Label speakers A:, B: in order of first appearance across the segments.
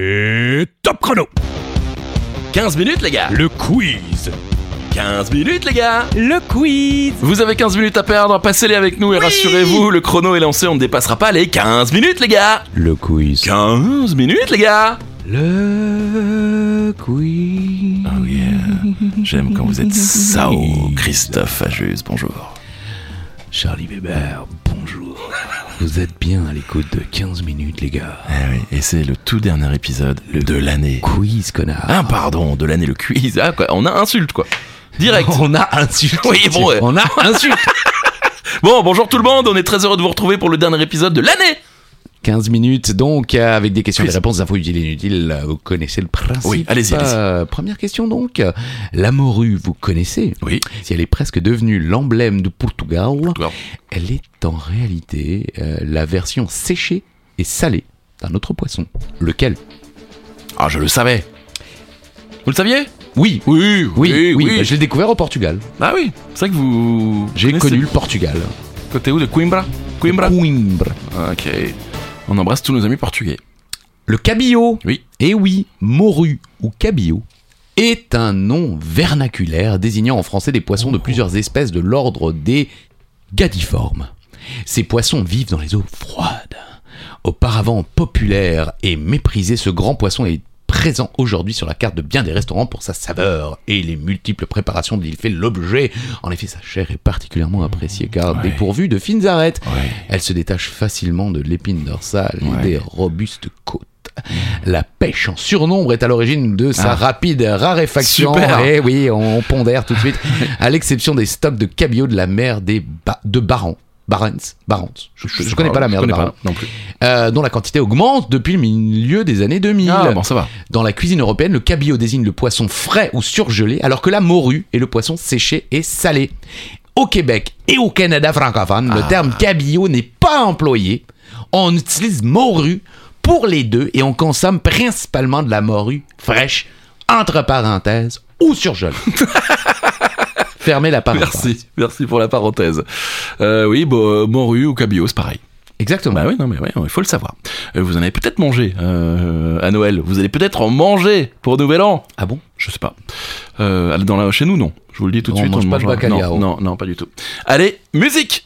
A: Et top chrono
B: 15 minutes, les gars
A: Le quiz
B: 15 minutes, les gars
C: Le quiz
B: Vous avez 15 minutes à perdre, passez-les avec nous et rassurez-vous, le chrono est lancé, on ne dépassera pas les 15 minutes, les gars
C: Le quiz
B: 15 minutes, les gars
C: Le quiz
B: Oh yeah J'aime quand vous êtes sao, Christophe Fagius, bonjour.
C: Charlie Weber, bonjour. Vous êtes bien à l'écoute de 15 minutes, les gars.
B: Eh oui, et c'est le tout dernier épisode de l'année.
C: Quiz, connard.
B: Ah pardon, de l'année le quiz, ah, quoi, on a insulte quoi Direct
C: On a insulte.
B: Oui, bon, ouais.
C: On a insulte.
B: Bon, bonjour tout le monde, on est très heureux de vous retrouver pour le dernier épisode de l'année
C: 15 minutes, donc, euh, avec des questions et des
B: Quiz.
C: réponses, des infos utiles et inutiles. euh, Vous connaissez le principe.
B: Oui, allez-y, allez-y.
C: Euh, première question, donc. euh, La morue, vous connaissez
B: Oui.
C: Si elle est presque devenue l'emblème de Portugal, elle est en réalité euh, la version séchée et salée d'un autre poisson. Lequel
B: Ah, je le savais Vous le saviez
C: Oui,
B: Oui,
C: oui, oui. bah, Je l'ai découvert au Portugal.
B: Ah oui, c'est vrai que vous.
C: J'ai
B: connaissez
C: connu le Portugal.
B: le Côté où de Coimbra Coimbra
C: Coimbra.
B: Ok. On embrasse tous nos amis portugais.
C: Le cabillaud.
B: Oui.
C: Eh oui, morue ou cabillaud est un nom vernaculaire désignant en français des poissons de plusieurs espèces de l'ordre des gadiformes. Ces poissons vivent dans les eaux froides. Auparavant populaire et méprisé, ce grand poisson est présent aujourd'hui sur la carte de bien des restaurants pour sa saveur et les multiples préparations dont il fait l'objet. En effet, sa chair est particulièrement appréciée car
B: Ouais.
C: dépourvue de fines arêtes.
B: Ouais.
C: Elle se détache facilement de l'épine dorsale
B: Ouais.
C: et des robustes côtes. La pêche en surnombre est à l'origine de sa
B: Ah.
C: rapide raréfaction.
B: Super.
C: Eh oui, on pondère tout de suite. à l'exception des stocks de cabillaud de la mer des Ba- de Barents. Barents, Barents. Je, je- je connais pas la mer de
B: connais
C: Barents.
B: pas non plus.
C: Euh, dont la quantité augmente depuis le milieu des années 2000.
B: Ah bon, ça va.
C: Dans la cuisine européenne, le cabillaud désigne le poisson frais ou surgelé, alors que la morue est le poisson séché et salé. Au Québec et au Canada francophone,
B: Ah.
C: le terme cabillaud n'est pas employé. On utilise morue pour les deux et on consomme principalement de la morue fraîche, entre parenthèses, ou surgelée. Fermez la parenthèse.
B: Merci, merci pour la parenthèse. Euh, oui, bon, euh, morue ou cabillaud, c'est pareil.
C: Exactement.
B: Bah oui, non, mais ouais, il faut le savoir. Euh, Vous en avez peut-être mangé euh, à Noël. Vous allez peut-être en manger pour Nouvel An.
C: Ah bon
B: Je sais pas. Euh, dans la, chez nous, non. Je vous le dis tout de
C: On
B: suite.
C: mange
B: ne
C: pas de
B: mange
C: bacalhau.
B: Non, non, non, pas du tout. Allez, musique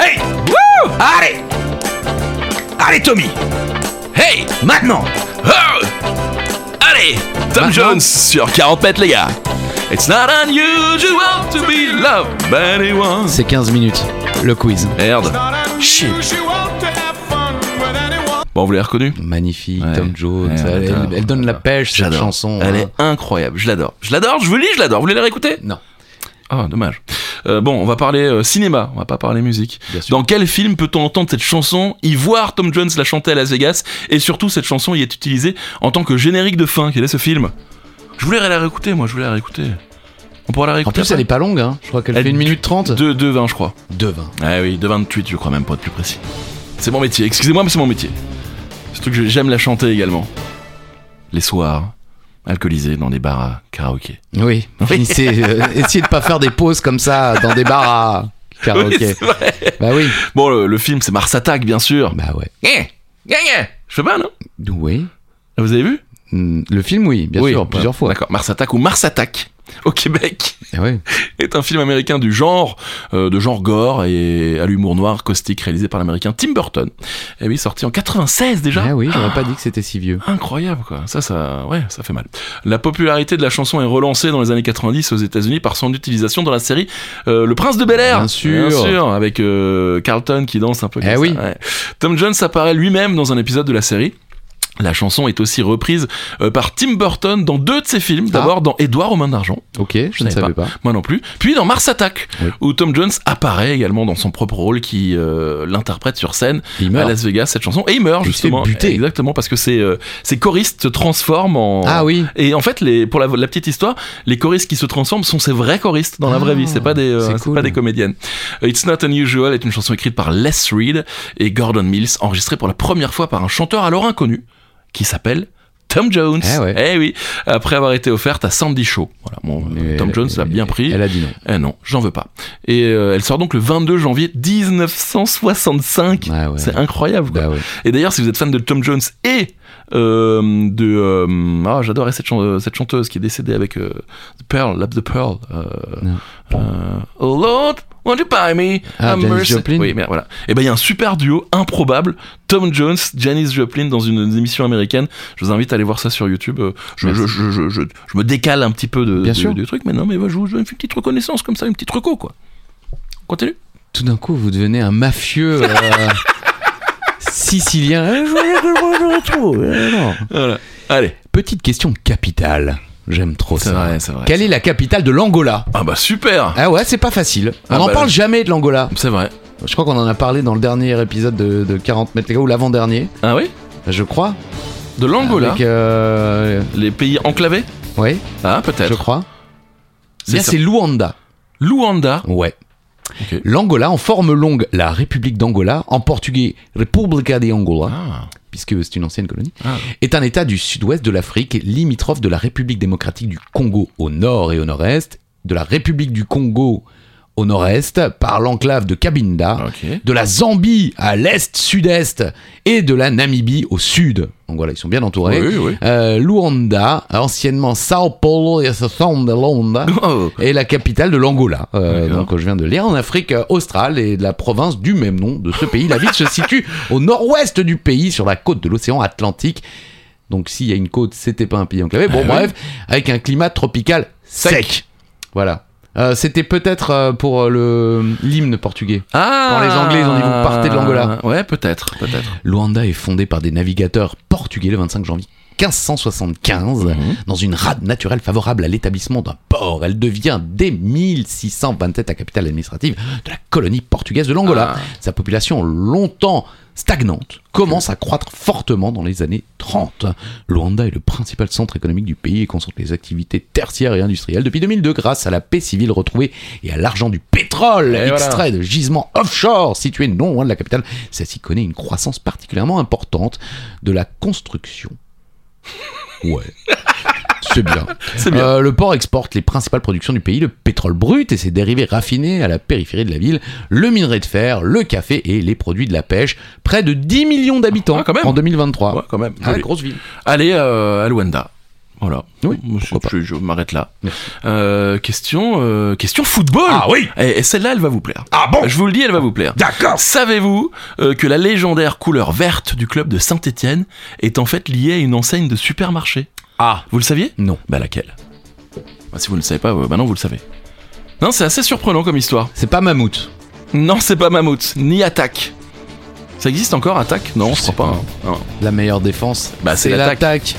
B: Hey Wouh Allez Allez, Tommy Hey Maintenant Oh Allez Tom
C: Maintenant.
B: Jones sur 40 mètres, les gars It's not unusual to be loved by anyone.
C: C'est 15 minutes. Le quiz.
B: Merde. Shit. Bon, vous l'avez reconnu
C: Magnifique,
B: Ouais.
C: Tom Jones.
B: Ouais,
C: elle,
B: j'adore,
C: elle donne la
B: j'adore.
C: pêche, cette
B: J'adore.
C: chanson.
B: Elle
C: hein.
B: est incroyable. Je l'adore. Je l'adore. Je vous le dis, je l'adore. Vous voulez la réécouter
C: Non.
B: Ah, dommage. Euh, bon, on va parler euh, cinéma, on va pas parler musique.
C: Bien sûr.
B: Dans quel film peut-on entendre cette chanson, y voir Tom Jones la chanter à Las Vegas, et surtout cette chanson y est utilisée en tant que générique de fin Quel est ce film Je voulais la réécouter, moi, je voulais la réécouter. On pourra la
C: En
B: réécouter.
C: plus, elle est pas longue, hein. je crois qu'elle
B: Elle-
C: fait 1 minute 30.
B: 2, 20, je crois.
C: 2,20.
B: Ah oui, 2, 28, je crois même, pour être plus précis. C'est mon métier, excusez-moi, mais c'est mon métier. Surtout que j'aime la chanter également. Les soirs, alcoolisés dans des bars à karaoké.
C: Oui. Finissez, euh, essayez de pas faire des pauses comme ça dans des bars à
B: Oui,
C: karaoké.
B: c'est vrai.
C: bah oui.
B: Bon, le, le film, c'est Mars Attack, bien sûr.
C: Bah ouais.
B: Gagne Je fais mal, non Ah,
C: Oui.
B: Vous avez vu
C: Mm, Le film, oui, bah, bien sûr, plusieurs fois.
B: D'accord. Mars Attack ou Mars Attack au Québec
C: Ah ouais.
B: est un film américain du genre, euh, de genre gore et à l'humour noir caustique réalisé par l'américain Tim Burton. Et oui, sorti en 96 déjà.
C: Ah oui, j'aurais pas dit que c'était si vieux.
B: Incroyable quoi, ça ça ouais, ça fait mal. La popularité de la chanson est relancée dans les années 90 aux États-Unis par son utilisation dans la série euh, Le Prince de Bel-Air.
C: Bien sûr.
B: avec euh, Carlton qui danse un peu
C: Eh
B: comme
C: oui.
B: ça. ouais. Tom Jones apparaît lui-même dans un épisode de la série. La chanson est aussi reprise euh, par Tim Burton dans deux de ses films,
C: Ah.
B: d'abord dans Édouard aux mains d'argent
C: Ok, je, ne
B: savais
C: savais pas.
B: moi non plus. Puis dans Mars Attack,
C: Oui.
B: où Tom Jones apparaît également dans son propre rôle qui euh, l'interprète sur scène
C: Il
B: à
C: meurt.
B: Las Vegas cette chanson et il meurt
C: Il se fait
B: justement.
C: buter.
B: Exactement parce que ses euh, ses choristes se transforment en
C: Ah oui.
B: Et en fait, les, pour la, la petite histoire, les choristes qui se transforment sont ces vrais choristes dans la
C: Ah,
B: vraie vie. C'est pas des, euh,
C: c'est
B: c'est
C: cool.
B: pas des comédiennes. Euh, It's Not Unusual est une chanson écrite par Les Reed et Gordon Mills, enregistrée pour la première fois par un chanteur alors inconnu qui s'appelle Tom Jones.
C: Eh ouais.
B: Eh oui. Après avoir été offerte à Sandy Shaw. Voilà. Bon, euh,
C: Mais
B: Tom
C: elle-
B: Jones l'a bien pris.
C: Elle a dit non.
B: Eh non, j'en veux pas. Et euh, elle sort donc le 22 janvier 1965.
C: Ah ouais.
B: C'est incroyable. quoi.
C: Bah ouais.
B: Et d'ailleurs, si vous êtes fan de Tom Jones et euh, de. euh, ah, j'adorais cette, chan- euh, cette chanteuse qui est décédée avec euh, The Pearl, Lap the Pearl. euh,
C: Non.
B: euh, oh Lord, won't you buy me?
C: Ah,
B: a
C: Janis
B: mercy-
C: Joplin.
B: Oui, mais voilà. Et ben, il y a un super duo improbable. Tom Jones, Janis Joplin dans une, une émission américaine. Je vous invite à aller voir ça sur YouTube. Euh, Je,
C: Merci.
B: je, je, je, je- je me décale un petit peu de,
C: Bien
B: de-
C: sûr.
B: du truc, mais non, mais ouais, je vous je vous fais une petite reconnaissance comme ça, une petite reco, quoi. Continue.
C: Tout d'un coup, vous devenez un mafieux euh, sicilien.
B: Eh,
C: Euh, je voulais que je le retrouve. Euh, non.
B: Voilà. Allez.
C: Petite question capitale. J'aime trop ça.
B: c'est vrai.
C: Quelle est la capitale de l'Angola
B: Ah bah super
C: Ah ouais, c'est pas facile. On
B: Ah
C: n'en
B: bah
C: parle
B: là-
C: jamais de l'Angola.
B: C'est vrai.
C: Je crois qu'on en a parlé dans le dernier épisode de, de 40 mètres les gars, ou l'avant-dernier,
B: Ah oui
C: je crois.
B: De l'Angola
C: Avec, euh,
B: Les pays enclavés
C: ouais,
B: Ah
C: je
B: peut-être.
C: crois.
B: C'est
C: Bien,
B: ça.
C: c'est Luanda.
B: Luanda.
C: Ouais.
B: Ok.
C: L'Angola en forme longue, la République d'Angola, en portugais República de Angola,
B: Ah.
C: puisque c'est une ancienne colonie,
B: Ah.
C: est un état du sud-ouest de l'Afrique, limitrophe de la République démocratique du Congo au nord et au nord-est, de la République du Congo au nord-est, par l'enclave de Cabinda,
B: Ah, Ok.
C: de la Zambie à l'est, sud-est, et de la Namibie au sud. Donc voilà, ils sont bien entourés.
B: Oui, oui.
C: Euh, Luanda, anciennement Sao Paulo et São Luanda,
B: Oh.
C: est la capitale de l'Angola. Euh,
B: D'accord.
C: donc je viens de lire en Afrique euh, australe et de la province du même nom de ce pays. La ville se situe au nord-ouest du pays, sur la côte de l'océan Atlantique. Donc s'il y a une côte, c'était pas un pays enclavé. Bon
B: Ah oui.
C: bref, avec un climat tropical sec. Voilà. Euh, c'était peut-être euh, pour le l'hymne portugais.
B: Ah
C: Quand les Anglais, ils ont dit, vous partez de l'Angola.
B: Ouais, peut-être, peut-être.
C: Luanda est fondée par des navigateurs portugais le 25 janvier 1575 dans une rade naturelle favorable à l'établissement d'un port. Elle devient dès 1627 la capitale administrative de la colonie portugaise de l'Angola.
B: Ah.
C: Sa population longtemps stagnante commence à croître fortement dans les années 30. Luanda est le principal centre économique du pays et concentre les activités tertiaires et industrielles depuis 2002 grâce à la paix civile retrouvée et à l'argent du pétrole
B: Et voilà.
C: extrait extrait de gisements offshore situés non loin de la capitale, celle-ci connaît une croissance particulièrement importante de la construction. Ouais. C'est bien.
B: C'est bien.
C: Euh, le port exporte les principales productions du pays, le pétrole brut et ses dérivés raffinés à la périphérie de la ville, le minerai de fer, le café et les produits de la pêche. Près de 10 millions d'habitants
B: Ah, quand même.
C: en 2023.
B: Ouais, quand même.
C: Ah,
B: Joli.
C: grosse ville.
B: Allez euh, à Luanda. Voilà.
C: Oui,
B: Moi, je,
C: pourquoi
B: je- je m'arrête là.
C: Merci.
B: Euh, question, euh, question football.
A: Ah oui
B: Et, et celle-là, elle va vous plaire.
A: Ah
C: Oh.
A: bon
B: Je vous le dis, elle va vous plaire.
A: D'accord
B: Savez-vous euh, que la légendaire couleur verte du club de Saint-Étienne est en fait liée à une enseigne de supermarché
C: Ah.
B: Vous le saviez
C: Non.
B: Bah laquelle Bah, Si vous ne le savez pas, euh, maintenant vous le savez. Non, c'est assez surprenant comme histoire.
C: C'est pas Mammouth.
B: Non, c'est pas Mammouth, ni Attaque. Ça existe encore, Attaque Non, je
C: sais
B: crois pas. hein. Non.
C: La meilleure défense,
B: Bah, c'est
C: c'est
B: l'attaque.
C: l'attaque.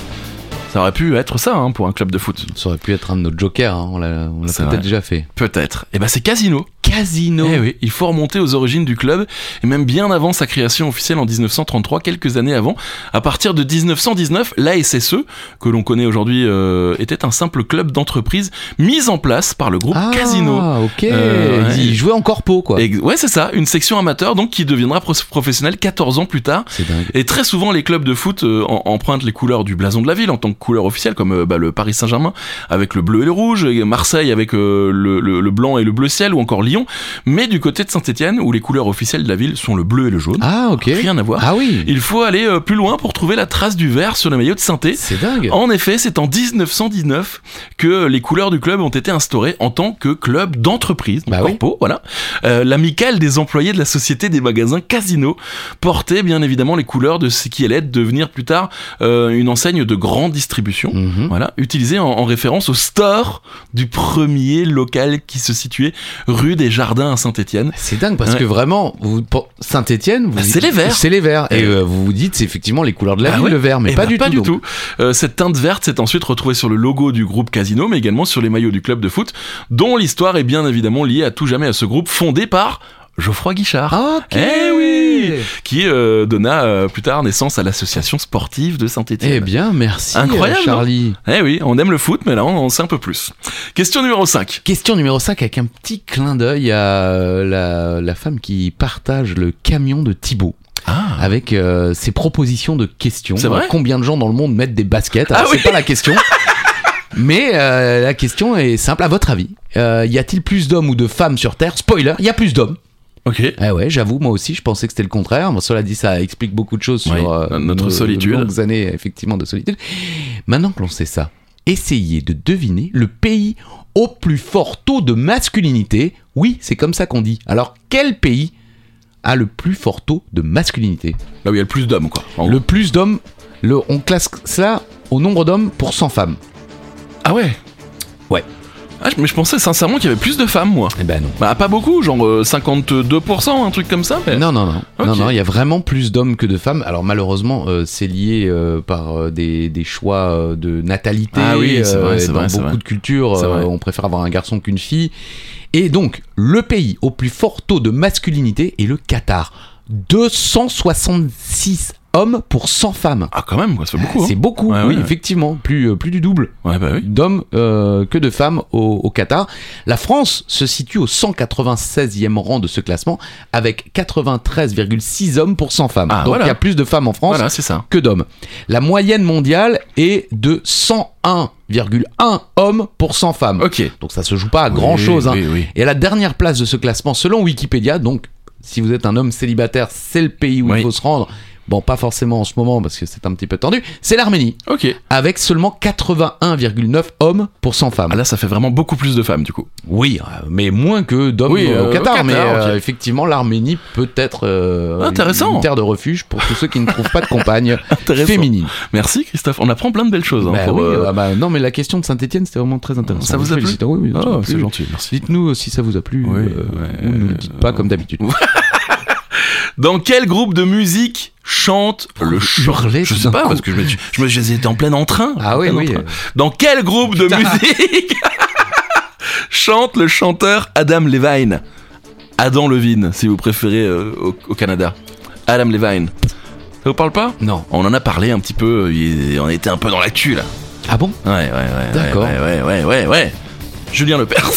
B: Ça aurait pu être ça hein, pour un club de foot.
C: Ça aurait pu être un de nos jokers, hein, on l'a on l'a
B: C'est vrai.
C: peut-être déjà fait.
B: Peut-être. Et bah c'est Casino.
C: Casino.
B: Eh oui, il faut remonter aux origines du club, et même bien avant sa création officielle en 1933, quelques années avant. À partir de 1919, l'ASSE, E, que l'on connaît aujourd'hui, euh, était un simple club d'entreprise mis en place par le groupe
C: ah,
B: Casino.
C: ok.
B: Euh, ouais.
C: Il jouait en corpo, quoi.
B: Et- ouais, c'est ça, une section amateur donc qui deviendra pro- professionnelle 14 ans plus tard.
C: C'est dingue.
B: Et très souvent, les clubs de foot euh, en- empruntent les couleurs du blason de la ville en tant que couleur officielle, comme euh, bah, le Paris Saint-Germain avec le bleu et le rouge, et Marseille avec euh, le, le- le blanc et le bleu ciel, ou encore Lyon. Mais du côté de Saint-Etienne, où les couleurs officielles de la ville sont le bleu et le jaune,
C: Ah, ok.
B: rien à voir,
C: Ah oui.
B: il faut aller euh, plus loin pour trouver la trace du vert sur le maillot de Saint-Étienne.
C: C'est dingue.
B: En effet, c'est en 1919 que les couleurs du club ont été instaurées en tant que club d'entreprise, donc
C: Bah oui.
B: corpo, voilà. Euh, L'amicale des employés de la société des magasins Casino portait bien évidemment les couleurs de ce qui allait devenir plus tard euh, une enseigne de grande distribution.
C: Mhm.
B: Voilà, utilisée en, en référence au store du premier local qui se situait rue des Jardins à Saint-Étienne.
C: C'est dingue parce
B: Ouais.
C: que vraiment, vous, pour Saint-Étienne, vous
B: Bah, c'est les verts.
C: C'est les verts. Et
B: Et-
C: euh, vous vous dites, c'est effectivement les couleurs de la
B: Ah
C: ville,
B: ouais.
C: le vert, mais
B: Eh
C: pas,
B: ben,
C: du, tout, donc.
B: Euh, cette teinte verte s'est ensuite retrouvée sur le logo du groupe Casino, mais également sur les maillots du club de foot, dont l'histoire est bien évidemment liée à tout jamais à ce groupe fondé par Geoffroy Guichard,
C: Ah, Ok.
B: Eh oui. qui euh, donna euh, plus tard naissance à l'association sportive de
C: Eh
B: Saint-Étienne.
C: bien, merci,
B: Incroyable,
C: euh, Charlie.
B: Eh, oui, on aime le foot, mais là on, on sait un peu plus. Question numéro 5.
C: Question numéro 5 avec un petit clin d'œil à euh, la, la femme qui partage le camion de Thibaut.
B: Ah.
C: Avec euh, ses propositions de questions.
B: C'est vrai
C: Combien de gens dans le monde mettent des baskets Alors,
B: Ah
C: c'est
B: oui
C: pas la question. Mais euh, la question est simple. À votre avis, euh, y a-t-il plus d'hommes ou de femmes sur Terre Spoiler, il y a plus d'hommes.
B: Ok.
C: Ah ouais, j'avoue, moi aussi, je pensais que c'était le contraire. Bon, cela dit, ça explique beaucoup de choses
B: Oui,
C: sur euh,
B: notre
C: nos
B: solitude.
C: longues années, effectivement, de solitude. Maintenant que l'on sait ça, essayez de deviner le pays au plus fort taux de masculinité. Oui, c'est comme ça qu'on dit. Alors, quel pays a le plus fort taux de masculinité
B: Là où il y a le plus d'hommes, quoi. En
C: Le plus d'hommes, le, on classe ça au nombre d'hommes pour 100 femmes.
B: gros. Ah ouais
C: Ouais.
B: Ah, je- mais je pensais sincèrement qu'il y avait plus de femmes, moi.
C: Eh ben non.
B: Bah, pas beaucoup, genre euh, 52%, un truc comme ça. mais-
C: Non, non, non. Non,
B: Ok.
C: non, il y a vraiment plus d'hommes que de femmes. Alors malheureusement, euh, c'est lié euh, par euh, des, des choix euh, de natalité.
B: Ah oui, c'est vrai,
C: et
B: c'est
C: dans
B: vrai, c'est
C: beaucoup
B: vrai.
C: de cultures,
B: C'est
C: euh,
B: vrai.
C: on préfère avoir un garçon qu'une fille. Et donc, le pays au plus fort taux de masculinité est le Qatar. 266 hommes pour 100 femmes.
B: Ah, quand même, quoi, ça fait beaucoup.
C: C'est
B: hein.
C: beaucoup,
B: Ouais,
C: oui,
B: ouais.
C: effectivement. Plus, euh, plus du double
B: Ouais, bah oui.
C: d'hommes euh, que de femmes au, au Qatar. La France se situe au 196e rang de ce classement avec 93,6 hommes pour 100 femmes.
B: Ah,
C: Donc
B: voilà.
C: il y a plus de femmes en France
B: Voilà, c'est ça.
C: que d'hommes. La moyenne mondiale est de 101,1 hommes pour 100 femmes.
B: Ok.
C: Donc ça se joue pas à
B: Oui,
C: grand chose. hein.
B: Oui, oui.
C: Et à la dernière place de ce classement, selon Wikipédia, donc si vous êtes un homme célibataire, c'est le pays où
B: Oui.
C: il faut se rendre. Bon, pas forcément en ce moment parce que c'est un petit peu tendu. C'est l'Arménie
B: Ok.
C: avec seulement 81,9 hommes pour 100 femmes.
B: Ah, là, ça fait vraiment beaucoup plus de femmes, du coup.
C: Oui, euh, mais moins que d'hommes
B: Oui,
C: euh,
B: euh,
C: au
B: au
C: Qatar.
B: Qatar,
C: mais euh,
B: ok.
C: effectivement, l'Arménie peut être euh,
B: Intéressant.
C: une terre de refuge pour tous ceux qui ne trouvent pas de compagne
B: Intéressant.
C: féminine.
B: Merci, Christophe. On apprend plein de belles choses. hein,
C: Bah
B: pour,
C: oui,
B: euh,
C: ah bah non, mais la question de Saint-Etienne, c'était vraiment très intéressant.
B: Ça vous a
C: Je
B: plu
C: félicite. Oui, oui, ça m'a
B: Ah,
C: plu.
B: c'est gentil, merci.
C: Dites-nous si ça vous a plu.
B: Oui,
C: euh,
B: ouais,
C: ou ne le
B: euh,
C: dites pas comme d'habitude.
B: Dans quel groupe de musique chante le chanteur
C: hurler
B: Je
C: tout
B: sais
C: d'un
B: pas,
C: coup.
B: parce que je me suis- je me suis- j'étais en plein entrain.
C: Ah oui,
B: En plein
C: oui.
B: entrain. Dans quel groupe de musique chante le chanteur Adam Levine Adam Levine, si vous préférez, euh, au, au Canada. Adam Levine. Ça vous parle pas
C: Non.
B: On en a parlé un petit peu, il- on était un peu dans l'actu là.
C: Ah bon
B: Ouais, ouais, ouais.
C: D'accord.
B: Ouais, ouais, ouais, ouais, ouais. Julien Lepers.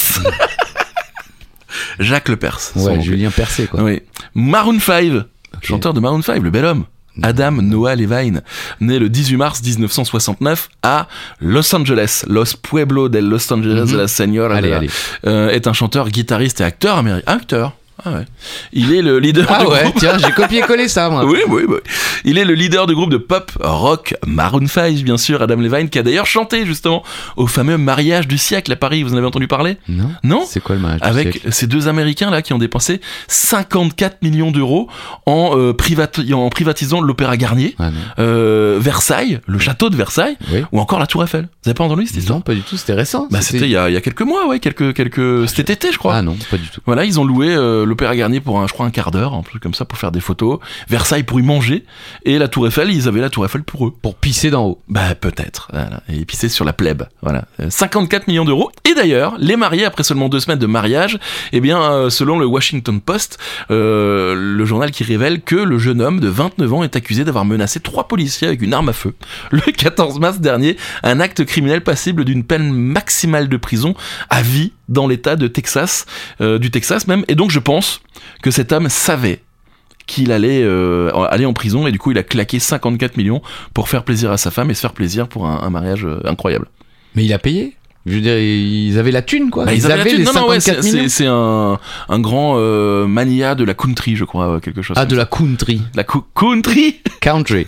B: Jacques Lepers. son
C: Ouais,
B: nom.
C: Julien Percé, quoi.
B: Oui. Maroon 5,
C: Ok.
B: chanteur de Maroon 5, le bel homme. Adam Noah Levine, né le 18 mars 1969 à Los Angeles, Los Pueblo del Los Angeles
C: Mhm.
B: de la Señora,
C: Allez,
B: de la-
C: allez.
B: euh, est un chanteur, guitariste et acteur américain. Acteur Ah ouais. Il est le leader
C: Ah
B: du
C: ouais,
B: groupe.
C: tiens, j'ai copié-collé ça, moi.
B: Oui, oui, oui. Il est le leader du groupe de pop rock Maroon 5, bien sûr, Adam Levine, qui a d'ailleurs chanté justement au fameux mariage du siècle à Paris. Vous en avez entendu parler
C: Non
B: Non
C: C'est quoi le mariage du
B: avec
C: siècle
B: ces deux Américains là qui ont dépensé 54 millions d'euros en, euh, privati- en privatisant l'Opéra Garnier,
C: Ah non.
B: euh, Versailles, le château de Versailles,
C: Oui.
B: ou encore la Tour Eiffel. Vous avez pas entendu cette histoire
C: Non, pas du tout, c'était récent.
B: Bah c'était il y, a, il y a quelques mois, ouais, quelques quelques cet été je crois.
C: Ah non, pas du tout.
B: Voilà, ils ont loué euh, l'Opéra Garnier pour un, je crois, un quart d'heure, un truc comme ça, pour faire des photos. Versailles pour y manger. Et la Tour Eiffel, ils avaient la Tour Eiffel pour eux.
C: Pour pisser d'en haut.
B: Bah, peut-être. Voilà. Et puis c'est sur la plèbe. Voilà. Euh, 54 millions d'euros. Et d'ailleurs, les mariés, après seulement deux semaines de mariage, eh bien, euh, selon le Washington Post, euh, le journal qui révèle que le jeune homme de 29 ans est accusé d'avoir menacé trois policiers avec une arme à feu. Le 14 mars dernier, un acte criminel passible d'une peine maximale de prison à vie dans l'état de Texas, euh, du Texas même. Et donc, je pense que cet homme savait qu'il allait euh, aller en prison et du coup il a claqué 54 millions pour faire plaisir à sa femme et se faire plaisir pour un, un mariage euh, incroyable.
C: Mais il a payé Je veux dire, ils avaient la thune, quoi.
B: Bah,
C: ils, avaient
B: la thune.
C: les
B: Non, non, ouais,
C: 54
B: c'est- c'est
C: millions.
B: c'est un, un grand euh, mania de la country, je crois, euh, quelque chose.
C: Ah,
B: comme
C: de
B: ça.
C: la country.
B: la cou- country
C: Country.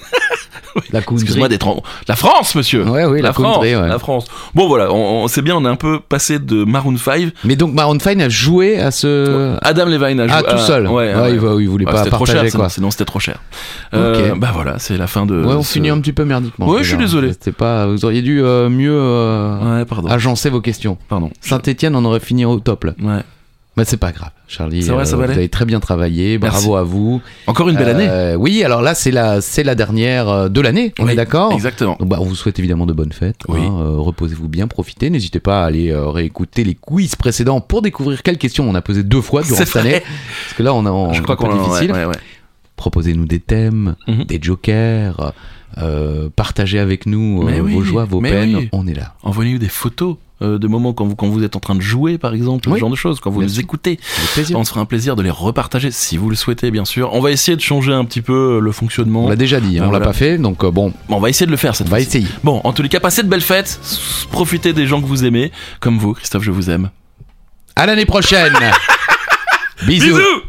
C: la country.
B: Excuse-moi d'être en... La France, monsieur
C: Ouais, oui, la,
B: France,
C: country, ouais.
B: la France. Bon voilà, on, on- c'est bien, on est un peu passé de Maroon 5.
C: Mais donc, Maroon 5 a joué à ce.
B: Adam Levine a joué.
C: Ah, tout seul.
B: euh, Ouais, ouais, ouais.
C: Il, va- il voulait
B: Ouais,
C: pas
B: c'était trop
C: partager,
B: cher,
C: quoi.
B: sinon- sinon c'était trop cher. Euh,
C: Ok.
B: bah voilà, c'est la fin de.
C: Ouais, on
B: ce-
C: finit un petit peu merdiquement.
B: Ouais, je suis
C: dire.
B: désolé.
C: C'était pas. Vous auriez dû euh, mieux euh,
B: Ouais, pardon.
C: agencer vos questions.
B: pardon.
C: Saint-Etienne, on aurait fini au top là.
B: Ouais.
C: Mais c'est pas grave, Charlie. euh,
B: C'est vrai, ça
C: vous
B: valait.
C: avez très bien travaillé. Bravo à vous.
B: Encore une belle année.
C: Euh, oui, alors là, c'est la, c'est la dernière euh, de l'année. On
B: Oui,
C: est d'accord
B: Exactement.
C: Donc, bah, on vous souhaite évidemment de bonnes fêtes.
B: Oui.
C: hein, euh, reposez-vous bien, profitez. N'hésitez pas à aller euh, réécouter les quiz précédents pour découvrir quelles questions on a posées deux fois durant
B: C'est
C: cette année.
B: vrai.
C: Parce que là, on a on
B: Je crois
C: est un
B: qu'on
C: peu
B: en- ouais,
C: difficile.
B: ouais, ouais.
C: Proposez-nous des thèmes,
B: Mhm.
C: des jokers. euh, partagez avec nous euh,
B: Mais oui,
C: vos joies, vos
B: mais
C: peines.
B: oui.
C: On est là.
B: Envoyez-nous des photos euh, de moments quand vous, quand vous êtes en train de jouer, par exemple,
C: Oui.
B: ce genre de choses, quand vous
C: Bien
B: nous
C: sûr.
B: écoutez.
C: Avec plaisir.
B: On se fera un plaisir de les repartager, si vous le souhaitez, bien sûr. On va essayer de changer un petit peu euh, le fonctionnement.
C: On l'a déjà dit, hein,
B: Ah,
C: on l'a
B: voilà.
C: pas fait. Donc, euh, bon,
B: Bon, on va essayer de le faire
C: on
B: cette
C: va
B: fois-ci.
C: essayer.
B: Bon, en tous les cas, passez de belles fêtes, s- profitez des gens que vous aimez, comme vous, Christophe, je vous aime.
C: À l'année prochaine Bisous
B: Bisous